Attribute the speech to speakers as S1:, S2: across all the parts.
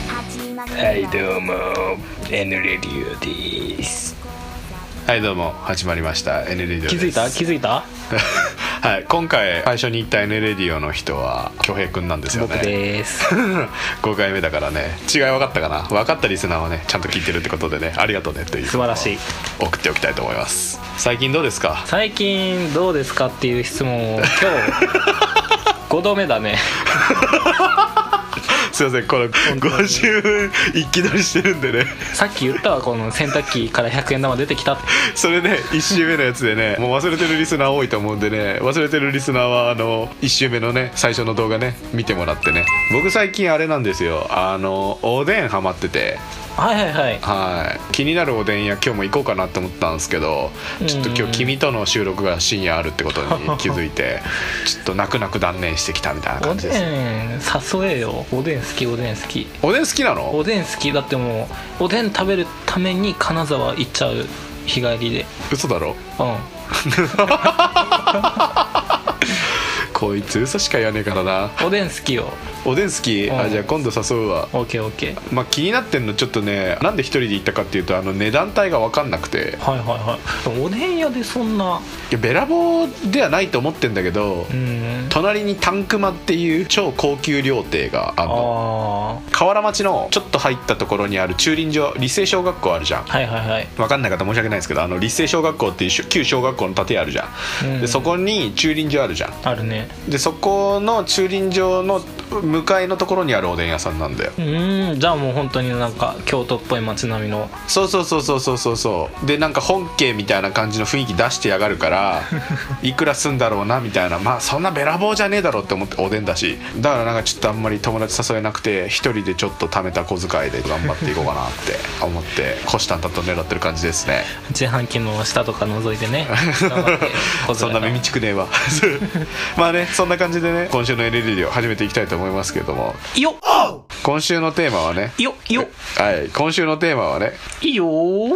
S1: はいどうも N レディオです
S2: はいどうも始まりました N レディオです
S1: 気づいた気づいた
S2: はい今回最初に行った N レディオの人は恭平くんなんですよ
S1: 僕
S2: ね
S1: です
S2: 5回目だからね違い分かったかな分かったリスナーはねちゃんと聞いてるってことでねありがとうねという
S1: 素晴らしい
S2: 送っておきたいと思います最近どうですか
S1: 最近どうですかっていう質問を今 日5度目だね
S2: すいませんこの50分一気取りしてるんでね
S1: さっき言ったわこの洗濯機から100円玉出てきたって
S2: それね1周目のやつでねもう忘れてるリスナー多いと思うんでね忘れてるリスナーはあの1周目のね最初の動画ね見てもらってね僕最近あれなんですよあのおでんハマってて
S1: はいはいはい
S2: はい気になるおでん屋今日も行こうかなと思ったんですけどちょっと
S1: うん
S2: 今
S1: うん
S2: 日君との収録が深夜あるってこ とに気づいてちょっと泣く泣く断念してきたみたいな
S1: お
S2: 感じ
S1: で
S2: です
S1: ん誘えよおでん好きおでん好き
S2: おでん好きなの
S1: おでん好きだってもうおでん食べるために金沢行っちゃう日帰りで
S2: 嘘だろ
S1: うん
S2: こいつ嘘しか言わねえからな
S1: おでん好きよ
S2: おでん好き
S1: う
S2: あ
S1: ん
S2: じゃあ今度誘うわ
S1: OKOK
S2: まあ、気になってんのちょっとねなんで一人で行ったかっていうとあの値段帯が分かんなくて
S1: はいはいはいでもおでん屋でそんない
S2: やべらぼうではないと思ってんだけど、
S1: うん
S2: 隣にタンクマっていう超高級料亭があ
S1: あ
S2: の
S1: あは
S2: 河原町のちょっと入ったところにある駐輪場立成小学校あるじゃん
S1: いはいはい
S2: 分かんない方申し訳ないですけどあの立成小学校っていうし旧小学校の建屋あるじゃん、
S1: うん
S2: でそこに駐輪場あるじゃん
S1: あるね
S2: でそこの駐輪場の向かいのところにあるおでん屋さんなんだよ
S1: うんじゃあもう本当になんか京都っぽい街並みの
S2: そうそうそうそうそうそうそうでなんか本家みたいな感じの雰囲気出してやがるからいくらすんだろうなみたいなまあそんなべらぼうじゃねえだろうって思っておでんだしだからなんかちょっとあんまり友達誘えなくて一人でちょっと貯めた小遣いで頑張っていこうかなって思って虎視眈々と狙ってる感じですね
S1: 自販機の下とか覗いて ね頑張って小
S2: そ
S1: 遣
S2: ん
S1: い
S2: な
S1: の
S2: 耳ちくねえわ まあねそんな感じでね今週の「エネルギー」を始めていきたいと思いますけれども
S1: よ
S2: 今週のテーマはね
S1: よよ
S2: はい今週のテーマはね
S1: いいよー
S2: ポン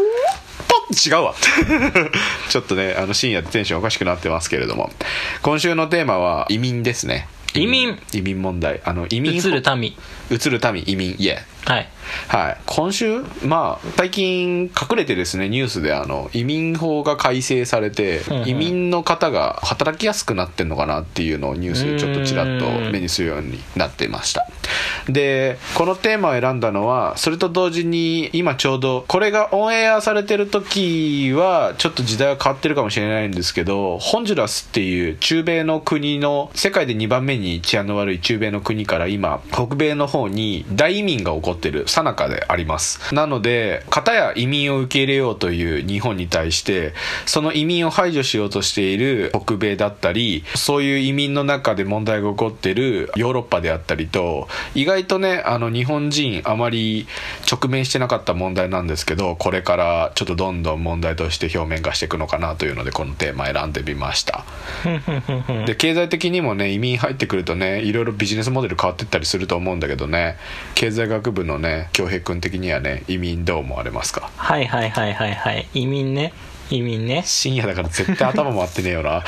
S2: 違うわ ちょっとねあの深夜でテンションおかしくなってますけれども今週のテーマは移民ですね
S1: 移民
S2: 移民問題あの移民
S1: 移る民
S2: 移る民移民いえ
S1: はい
S2: はい今週まあ最近隠れてですねニュースであの移民法が改正されて、
S1: うんうん
S2: 移民の方が働きやすくなってんのかなっていうのをニュースでちょっとちらっと目にするようになってましたでこのテーマを選んだのはそれと同時に今ちょうどこれがオンエアされてる時はちょっと時代は変わってるかもしれないんですけどホンジュラスっていう中米の国の世界で2番目に治安の悪い中米の国から今北米の方に大移民が起こってる最中でありますなので片や移民を受け入れようという日本に対してその移民を排除しようとしている北米だったりそういう移民の中で問題が起こってるヨーロッパであったりと意外とねあの日本人あまり直面してなかった問題なんですけどこれからちょっとどんどん問題として表面化していくのかなというのでこのテーマ選んでみましたで経済的にもね移民入ってくるとねいろいろビジネスモデル変わってったりすると思うんだけどね経済学部のね恭平君的にはね移民どう思われますか
S1: はいはいはいはいはい移民ね移民ね
S2: 深夜だから絶対頭回ってねえよな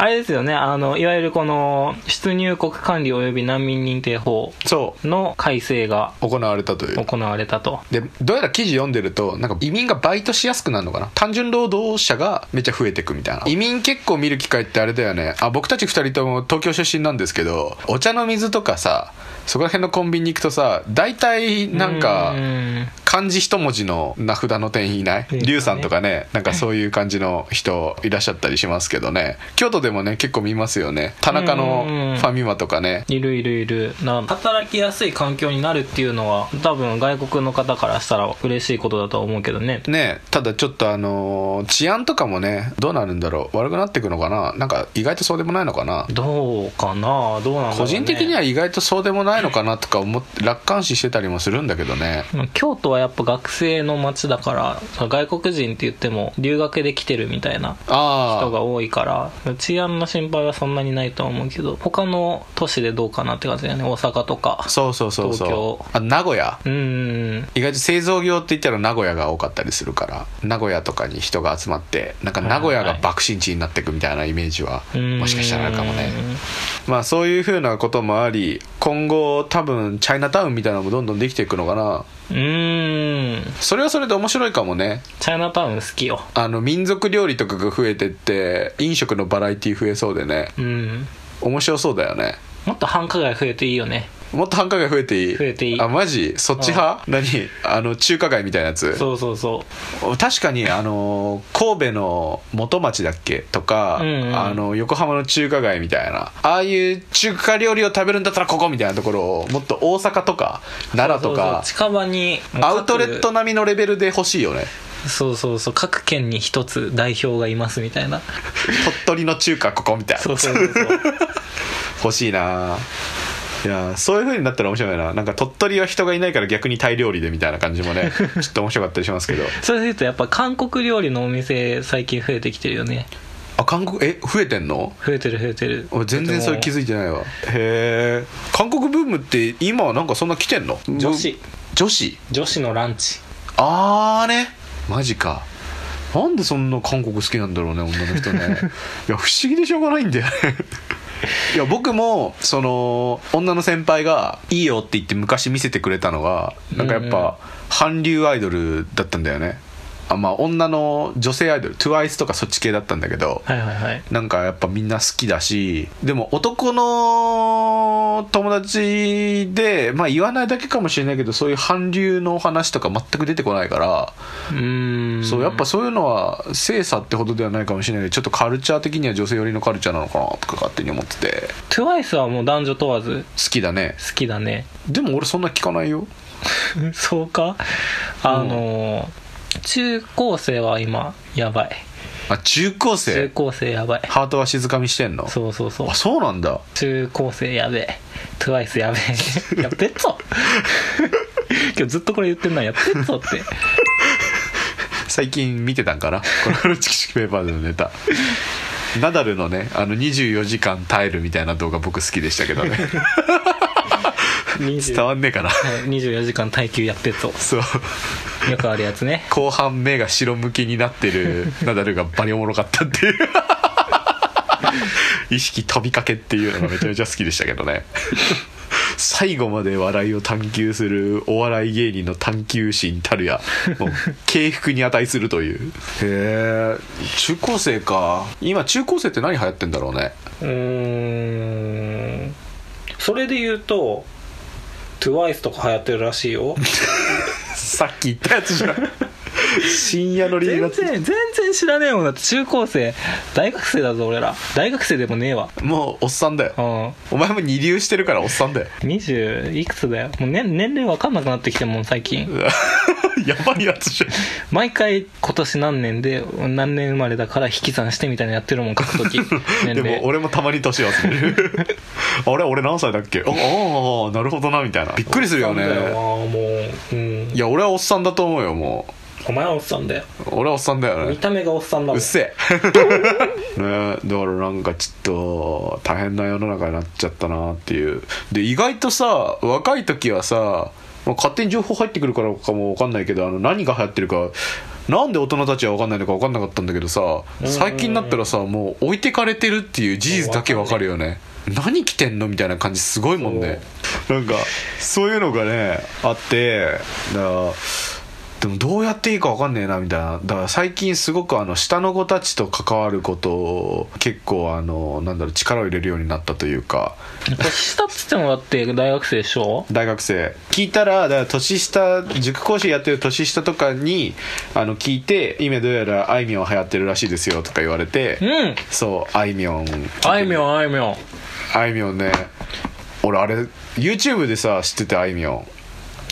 S1: あれですよねあのいわゆるこの出入国管理及び難民認定法
S2: そ
S1: の改正が
S2: う行われたという
S1: 行われたと
S2: でどうやら記事読んでるとなんか移民がバイトしやすくなるのかな単純労働者がめっちゃ増えてくみたいな移民結構見る機会ってあれだよねあ僕たち2人とも東京出身なんですけどお茶の水とかさそこら辺のコンビニ行くとさ大体なんか
S1: うーん
S2: 漢字一文字の名札の店員いない
S1: いですね
S2: 龍さんとかねなんかそういう感じの人いらっしゃったりしますけどね京都でもね結構見ますよね田中のファミマとかね
S1: いるいるいるな働きやすい環境になるっていうのは多分外国の方からしたら嬉しいことだと思うけどね
S2: ねただちょっとあのー治安とかもねどうなるんだろう悪くなっていくのかななんか意外とそうでもないのかな
S1: どうかなどうなんだろう、ね、
S2: 個人的には意外とそうでもないのかなとか思って楽観視してたりもするんだけどね
S1: 京都ははやっぱ学生の街だからその外国人って言っても留学で来てるみたいな人
S2: あ
S1: が多いから治安の心配はそんなにないとは思うけど他の都市でどうかなって感じだよね大阪とか
S2: あそうそうそう
S1: 東京
S2: そうあ名古屋
S1: うーん
S2: 意外と製造業って言ったら名古屋が多かったりするから名古屋とかに人が集まってなんか名古
S1: はい
S2: 屋
S1: はい
S2: が
S1: はい
S2: 爆心地になっていくみたいなイメージはもしかしたらあるかもね
S1: うーん
S2: まあそういうふうなこともあり今後多分チャイナタウンみたいなのもどんどんできていくのかな
S1: うーん
S2: それはそれで面白いかもね
S1: チャイナタウン好きよ
S2: あの民族料理とかが増えてって飲食のバラエティ増えそうでね
S1: うん
S2: 面白そうだよね
S1: もっと繁華街増えていいよね
S2: もっと繁華街増えていい
S1: 増えていい
S2: あマジそっち派何あの中華街みたいなやつ
S1: そうそうそ
S2: 確かにあの神戸の元町だっけとか、
S1: うんうん
S2: あの横浜の中華街みたいなああいう中華料理を食べるんだったらここみたいなところをもっと大阪とか奈
S1: う
S2: 良とか
S1: そうそう近場に
S2: アウトレット並みのレベルで欲しいよね
S1: そうそうそう各県に一つ代表がいますみたいな
S2: 鳥取の中華ここみたいな
S1: そうそうそうそう
S2: 欲しいないやそういう風になったら面白いななんか鳥取は人がいないから逆にタイ料理でみたいな感じ もねちょっと面白かったりしますけど
S1: それで言うとやっぱ韓国料理のお店最近増えてきてるよね
S2: あ韓国え増えてんの
S1: 増えてる増えてる
S2: 俺全然それ気づいてないわへえ韓国ブームって今はなんかそんな来てんの
S1: 女子
S2: 女子
S1: 女子のランチ
S2: あーねマジかなんでそんな韓国好きなんだろうね女の人 ねいや不思議でしょうがないんだよねいや僕もその女の先輩が「いいよ」って言って昔見せてくれたのがなんかや
S1: う
S2: っ
S1: んうん
S2: ぱ韓流アイドルだったんだよねあまあ女の女性アイドル TWICE とかそっち系だったんだけど
S1: はいはいはい
S2: なんかやっぱみんな好きだしでも男の友達でまあ言わないだけかもしれないけどそういう韓流のお話とか全く出てこないから、
S1: うーん
S2: そうやっぱそういうのは性差ってほどではないかもしれないけどちょっとカルチャー的には女性寄りのカルチャーなのかなとか勝手に思ってて
S1: TWICE はもう男女問わず
S2: 好きだね
S1: 好きだね
S2: でも俺そんな聞かないよ
S1: そうかあのー中高生は今やばい
S2: あ中高
S1: 中
S2: 生
S1: 高生やばい
S2: ハートは静かみしてんの
S1: そうそうそう
S2: あそうなんだ
S1: 中高生やべえ TWICE やべ えやべっぞ今日ずっとこれ言ってんなやべっぞって
S2: 最近見てたんかなこのチキチキペーパーズのネタナダルのねあの24時間耐えるみたいな動画僕好きでしたけどね
S1: 20
S2: 伝わんねえかな
S1: はい24時間耐久やってっぞ
S2: そう
S1: よくあるやつね
S2: 後半目が白向きになって るナダルがバリおもろかったっていう 意識飛びかけっていうのがめちゃめちゃ好きでしたけどね最後まで笑いを探求するお笑い芸人の探求心たるやもう敬服に値するというへえ中高生か今中高生って何流行ってんだろうね
S1: うーんそれで言うと TWICE とか流行ってるらしいよ
S2: さっき言ったやつじゃん 深夜乗りに
S1: 全
S2: なって
S1: 然全然知らねえもんだって中高生大学生だぞ俺ら大学生でもねえわ
S2: もうおっさんだよ
S1: うん
S2: お前も二流してるからおっさん だよ
S1: 20いくつだよもう、ね、年齢わかんなくなってきてもん最近
S2: やばいやつじゃん
S1: 毎回今年何年で何年生まれだから引き算してみたいなのやってるもん書くと き年
S2: で
S1: 齢
S2: も俺もたまに年忘 れるあれ俺何歳だっけああーなるほどなみたいなびっくりする
S1: お
S2: よ
S1: っさんだよ
S2: ね
S1: なもう、うん
S2: い、や俺はおっさんだと思うよも
S1: お前はおっさんだよ
S2: う俺はおっさんだよ
S1: 見
S2: ね
S1: た目がおっさんだも
S2: うんっせ えねだからなんかちょっと大変な世の中になっちゃったなっていうで意外とさ若い時はさ、まあ勝手に情報入ってくるからかも分かんないけどあの何が流行ってるかなんで大人たちは分かんないのか分かんなかったんだけどさ最近になったらさもう置いてかれてるっていう事実だけ分かるよね何着てんのみたいな感じすごいもんねなんかそういうのがねあってだからでもどうやっていいか分かんねえなみたいなだから最近すごくあの下の子たちと関わることを結構あのなんだろう力を入れるようになったというか
S1: 年下っつってもだって大学生でしょ
S2: 大学生聞いたらだから年下塾講師やってる年下とかにあの聞いて今どうやらあいみょん流行ってるらしいですよとか言われて
S1: うん
S2: そうあいみょん
S1: あいみょんあいみょん
S2: あいみょんね俺あれ YouTube でさ知っててあいみょん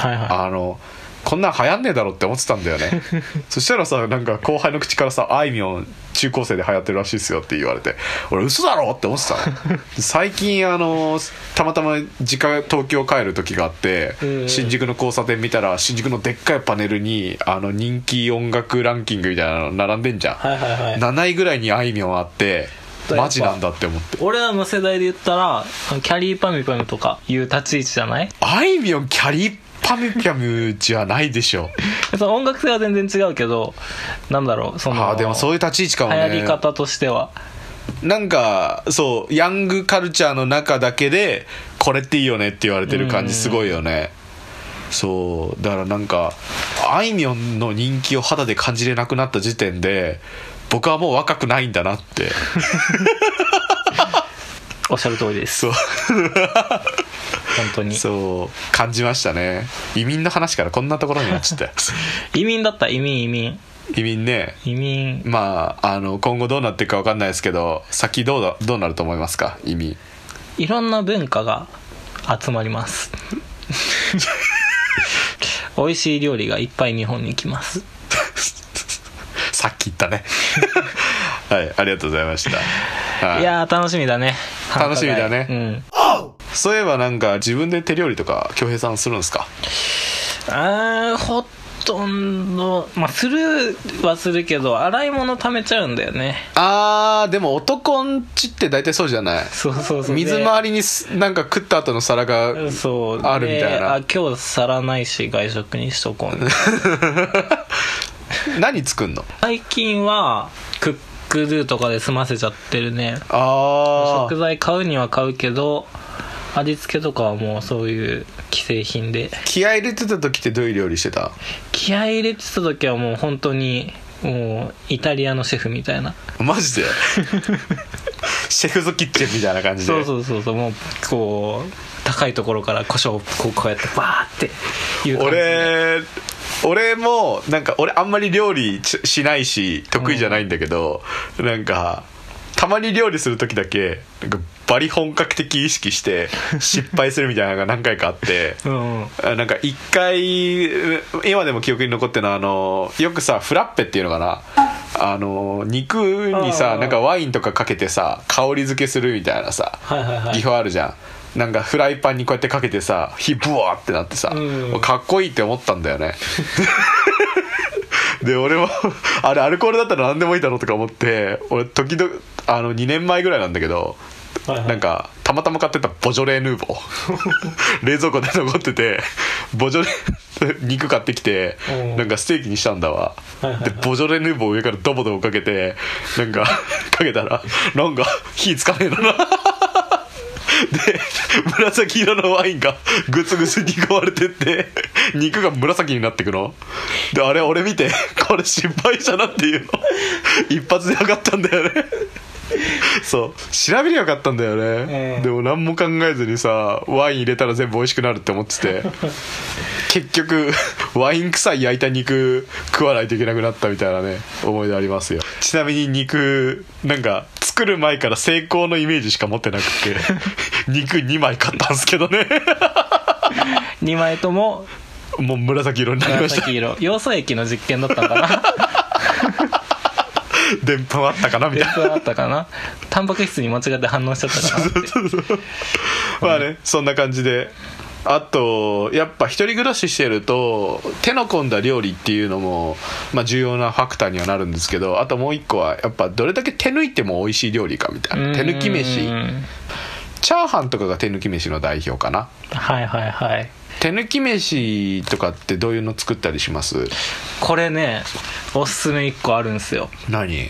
S1: はいは
S2: あのこんなん流行んねえだろって思ってたんだ よねそしたらさなんか後輩の口からさ「あいみょん中高生で流行ってるらしいっすよ」って言われて俺嘘だろって思ってた の最近あのたまたま実家東京帰る時があって
S1: うん
S2: 新宿の交差点見たら新宿のでっかいパネルにあの人気音楽ランキングみたいなの並んでんじゃん、
S1: はいはいはい
S2: 7位ぐらいにあいみょんあって
S1: だからやっぱ
S2: マジなんだって思って
S1: 俺らの世代で言ったらキャリーパミュパミュとかいう立ち位置じゃない
S2: あいみょんキャリーパミュピャムじゃないでしょ
S1: その音楽性は全然違うけどなんだろうその
S2: あーでもそういう立ち位置かも
S1: 流
S2: ね
S1: 行り方としては
S2: なんかそうヤングカルチャーの中だけでこれっていいよねって言われてる感じすごいよねそうだからなんかあいみょんの人気を肌で感じれなくなった時点で僕はもう若くないんだなって
S1: おっしゃる通りです
S2: そう
S1: 本当に
S2: そう感じましたね移民の話からこんなところになっちゃった
S1: 移民だった移民移民
S2: 移民ね
S1: 移民
S2: まああの今後どうなっていくか分かんないですけど先どうだどうなると思いますか移民
S1: いろんな文化が集まります 美味しい料理がいっぱい日本に来ます
S2: さっき言ったね はいありがとうございました、はい
S1: いやー楽しみだね
S2: 楽しみだね
S1: うん
S2: そういえばなんか自分で手料理とか恭平さんするんですか
S1: あーほとんどまあするはするけど洗い物溜めちゃうんだよね
S2: あーでも男んちって大体そうじゃない
S1: そうそうそう
S2: 水
S1: で
S2: 回りにすなんか食った後の皿が
S1: そう
S2: あるみたい
S1: で
S2: な
S1: あ今日皿ないし外食にしとこうみたいな
S2: 何作んの
S1: 最近はクックドゥとかで済ませちゃってるね
S2: あ
S1: 食
S2: ー
S1: 材買うには買うけど味付けとかはもうそういう既製品で
S2: 気合い入れてた時ってどういう料理してた
S1: 気合い入れてた時はもう本当にもうイタリアのシェフみたいな
S2: マジ でシェフズキッチンみたいな感じで
S1: そうそうそうそうもうこう高いところから胡椒をこうこうやってバーっていう感じ
S2: 俺俺もなんか俺あんまり料理ししないし得意じゃないんだけど、なんかたまに料理する時だけなんかバリ本格的意識して失敗するみたいなのが何回かあって
S1: うんうん
S2: あなんか一回う今でも記憶に残ってるのはあのよくさフラッペっていうのかなあの肉に
S1: あ
S2: さ
S1: ー
S2: なんかワインとかかけてさ香り付けするみたいなさ
S1: はいはいは
S2: 技
S1: い
S2: 法あるじゃんなんかフライパンにこうやってかけてさ火ブワーってなってさ、
S1: うん
S2: かっこいいって思ったんだよね で俺もあれアルコールだったら何でもいいだろうとか思って俺時々あの2年前ぐらいなんだけど
S1: はいはい
S2: なんかたまたま買ってたボジョレ・ヌーボー 冷蔵庫で残っててボジョレ肉買ってきて
S1: うん
S2: なんかステーキにしたんだわ
S1: はいはいはい
S2: でボジョレ・ヌーボーを上からドボドボかけてなんか かけたらなんか火つかねえのなで紫色のワインがグツグツに壊れてって肉が紫になってくのであれ俺見てこれ失敗したなっていうの一発で上がったんだよねそう調べりゃよかったんだよね、
S1: うん
S2: でも何も考えずにさワイン入れたら全部美味しくなるって思って て結局ワイン臭い焼いた肉食わないといけなくなったみたいなね思い出ありますよちなみに肉なんか作る前から成功のイメージしか持ってなく て肉2枚買ったんですけど ね
S1: 2枚とも
S2: もう紫色になりました
S1: 紫色要素液の実験だったのかな
S2: 電波あったかなみたいな
S1: 別はあったかなタンパク質に間違って反応しちゃったかなって
S2: まあねそんな感じであとやっぱ一人暮らししてると手の込んだ料理っていうのも、まあ、重要なファクターにはなるんですけどあともう一個はやっぱどれだけ手抜いても美味しい料理かみたいな手抜き飯
S1: うん
S2: チャーハンとかが手抜き飯の代表かな
S1: はいはいはい
S2: 手抜き飯とかってどういうの作ったりします
S1: これねおすすめ1個あるんですよ
S2: 何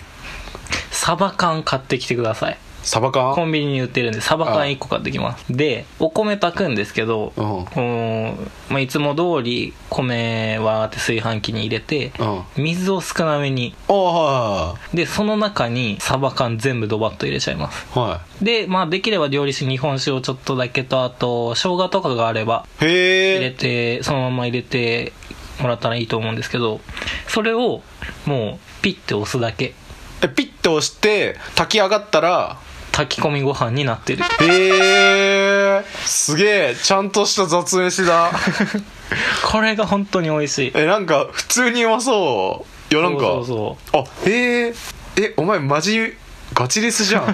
S1: サバ缶買ってきてください
S2: サバ缶
S1: コンビニに売ってるんでサバ
S2: ああ
S1: 缶1個買ってきますでお米炊くんですけど
S2: うん
S1: うんまあ、いつも通り米はって炊飯器に入れて
S2: うん
S1: 水を少なめに
S2: ああは
S1: でその中にサバ缶全部ドバッと入れちゃいます
S2: いは
S1: で、まあ、できれば料理酒日本酒をちょっとだけとあと生姜とかがあれば
S2: いへ
S1: 入れ
S2: え
S1: てそのまま入れてもらったらいいと思うんですけどそれをもうピッて押すだけ
S2: えピッと押して炊き上がったら
S1: 炊き込みご飯になってる
S2: えー、すげえちゃんとした雑飯 だ
S1: これが本当に美味しい
S2: えなんか普通にうまそういやなんか
S1: そうそう
S2: あへええお前マジガチレ スじゃんお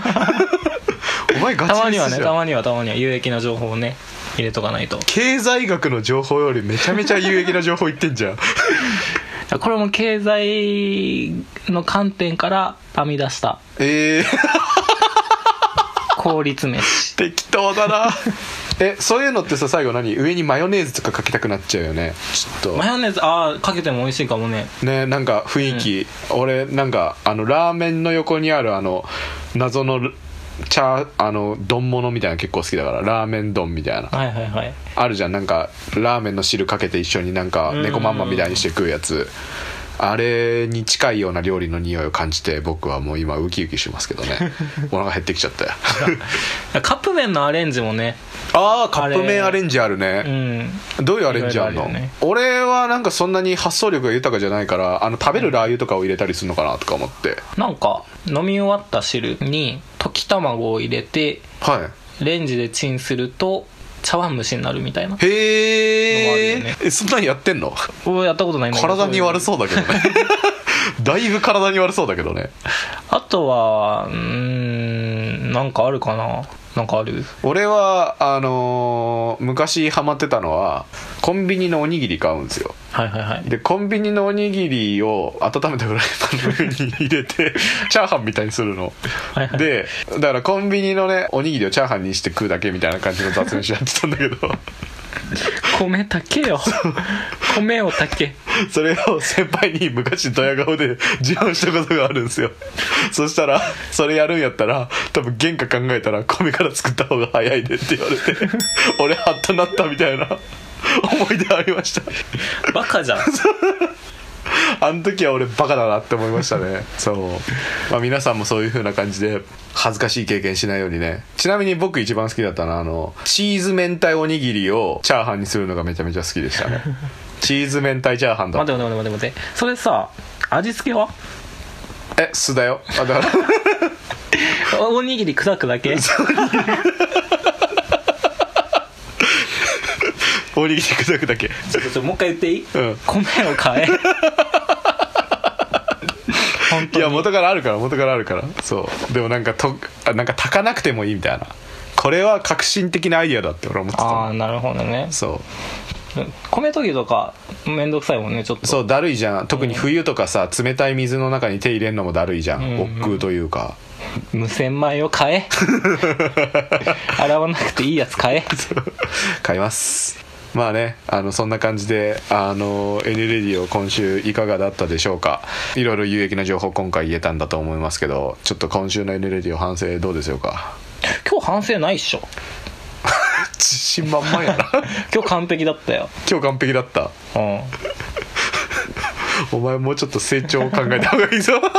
S2: 前
S1: そう
S2: ガ
S1: たま
S2: チ
S1: に
S2: レ
S1: は
S2: ス
S1: ね
S2: じ
S1: た
S2: ゃん
S1: まにはたまには有益な情報をね入れとかないと
S2: 経済学の情報よりめちゃめちゃ有益な情報言ってん じゃん
S1: これも経済の観点から編み出した
S2: ええー、
S1: 効率 飯
S2: 適当 だなえそういうのってさ最後何上にマヨネーズとかかけたくなっちゃうよねちょっ
S1: マヨネーズああかけても美味しいかもね
S2: とねなんか雰囲気、俺なんかあのラーメンの横にあるあの謎の茶あの丼物みたいなの結構好きだからラーメン丼みたいな
S1: はいはいはい
S2: あるじゃんなんかラーメンの汁かけて一緒になんか
S1: うん
S2: 猫まんまみたいにして食うやつあれに近いような料理の匂いを感じて僕はもう今ウキウキしますけどね お腹減ってきちゃったよ
S1: カップ麺のアレンジもね
S2: ああカップ麺アレンジあるね
S1: うん
S2: どういうアレンジあるの
S1: いろいろあるよね
S2: 俺はなんかそんなに発想力が豊かじゃないからあの食べるラー油とかを入れたりするのかなとか思って
S1: なんか飲み終わった汁に溶き卵を入れて
S2: は
S1: レンジでチンすると茶碗蒸しになるみたいないの
S2: へ
S1: もあるよ
S2: え、
S1: ね
S2: えそんなんやってん の
S1: 俺やったことないんだけど
S2: 体に悪そうだけどね だいぶ体に悪そうだけどね
S1: あとはうーんなんかあるかななんかある
S2: 俺はあのー昔ハマってたのはコンビニのおにぎり買うんですよ
S1: はいはいはい
S2: でコンビニのおにぎりを温めたフライパンの上に入れ てチャーハンみたいにするの
S1: はいはい
S2: でだからコンビニのねおにぎりをチャーハンにして食うだけみたいな感じの雑飯やってたんだけど
S1: 米炊けよ米を炊け
S2: それを先輩に昔ドヤ顔で自慢したことがあるんですよそしたらそれやるんやったら多分原価考えたら米から作った方が早いでって言われて俺ハッとなったみたいな 思い出ありました
S1: バカじゃん
S2: あの時は俺バカだなって思いましたねそう、まあ、皆さんもそういう風な感じで恥ずかしい経験しないようにねちなみに僕一番好きだったのはあのチーズ明太おにぎりをチャーハンにするのがめちゃめちゃ好きでしたねチーズ明太チャーハンだ
S1: 待て待て待て待て待てそれさ味付けは
S2: え酢だよあだから
S1: おおにぎり砕くだけ
S2: おにぎり砕くだけ
S1: ちょっとちょっともう一回言っていい、
S2: うん
S1: 米を買え本
S2: い
S1: 当
S2: や
S1: に
S2: 元からあるから元からあるからそうでもなんかとあなんか炊かなくてもいいみたいなこれは革新的なアイディアだって俺は思ってた
S1: ああ
S2: の
S1: なるほどね
S2: そう
S1: 米研ぎとかめんどくさいもんねちょっと
S2: そうだるいじゃん特に冬とかさ冷たい水の中に手入れんのもだるいじゃ
S1: うんう
S2: ん
S1: ん
S2: 億劫というか
S1: 無洗米を買 え洗わなくていいやつ買え
S2: 買いますまあねあのそんな感じであの「N レディオ」今週いかがだったでしょうかいろいろ有益な情報今回言えたんだと思いますけどちょっと今週の「N レディオ」反省どうでしょうか
S1: 今日反省ないっしょ
S2: 自信満々やな
S1: 今日完璧だったよ
S2: 今日完璧だった
S1: うん
S2: お前もうちょっと成長を考えた方がいいぞ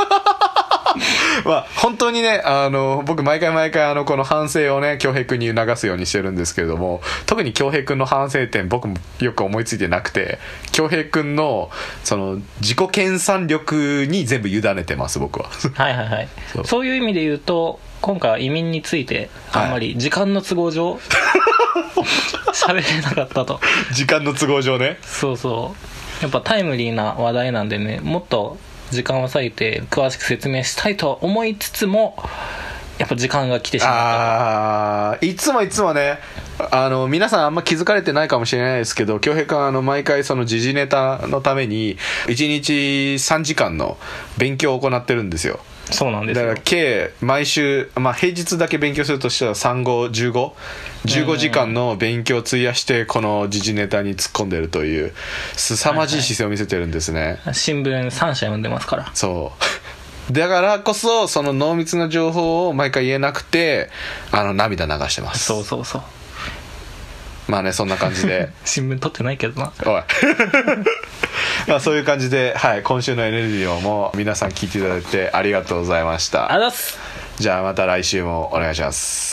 S2: まあ本当にねあの僕毎回毎回あのこの反省をね恭平君に促すようにしてるんですけれども特に恭平君の反省点僕もよく思いついてなくて恭平君のその自己研鑽力に全部委ねてます僕は
S1: はいはいはい
S2: そ
S1: そう
S2: う
S1: いう意味で言うと今回は移民についてあんまり時間の都合 上喋、れなかったと
S2: 時間の都合上ね
S1: そうそうやっぱタイムリーな話題なんでねもっと時間を割いて詳しく説明したいとは思いつつもやっぱ時間が来てしまっ
S2: あーいつもいつもねあの皆さんあんま気づかれてないかもしれないですけど恭平君あの毎回その時事ネタのために1日3時間の勉強を行ってるんですよ
S1: たそうなんで
S2: だ
S1: す
S2: か
S1: よ
S2: ら計毎週、まあ、平日だけ勉強するとしたら3515 15時間の勉強を費やしてこの時事ネタに突っ込んでるという凄まじい姿勢を見せてるんですね、
S1: 新聞3社読んでますから
S2: そうだからこそその濃密な情報を毎回言えなくてあの涙流してます
S1: そうそうそう
S2: まあねそんな感 じで
S1: 新聞取ってないけどな
S2: おい まあそういう感じで、はい、今週のエネルギーも皆さん聞いていただいてありがとうございまし
S1: あ
S2: た
S1: ざっす
S2: じゃあまた来週もお願いします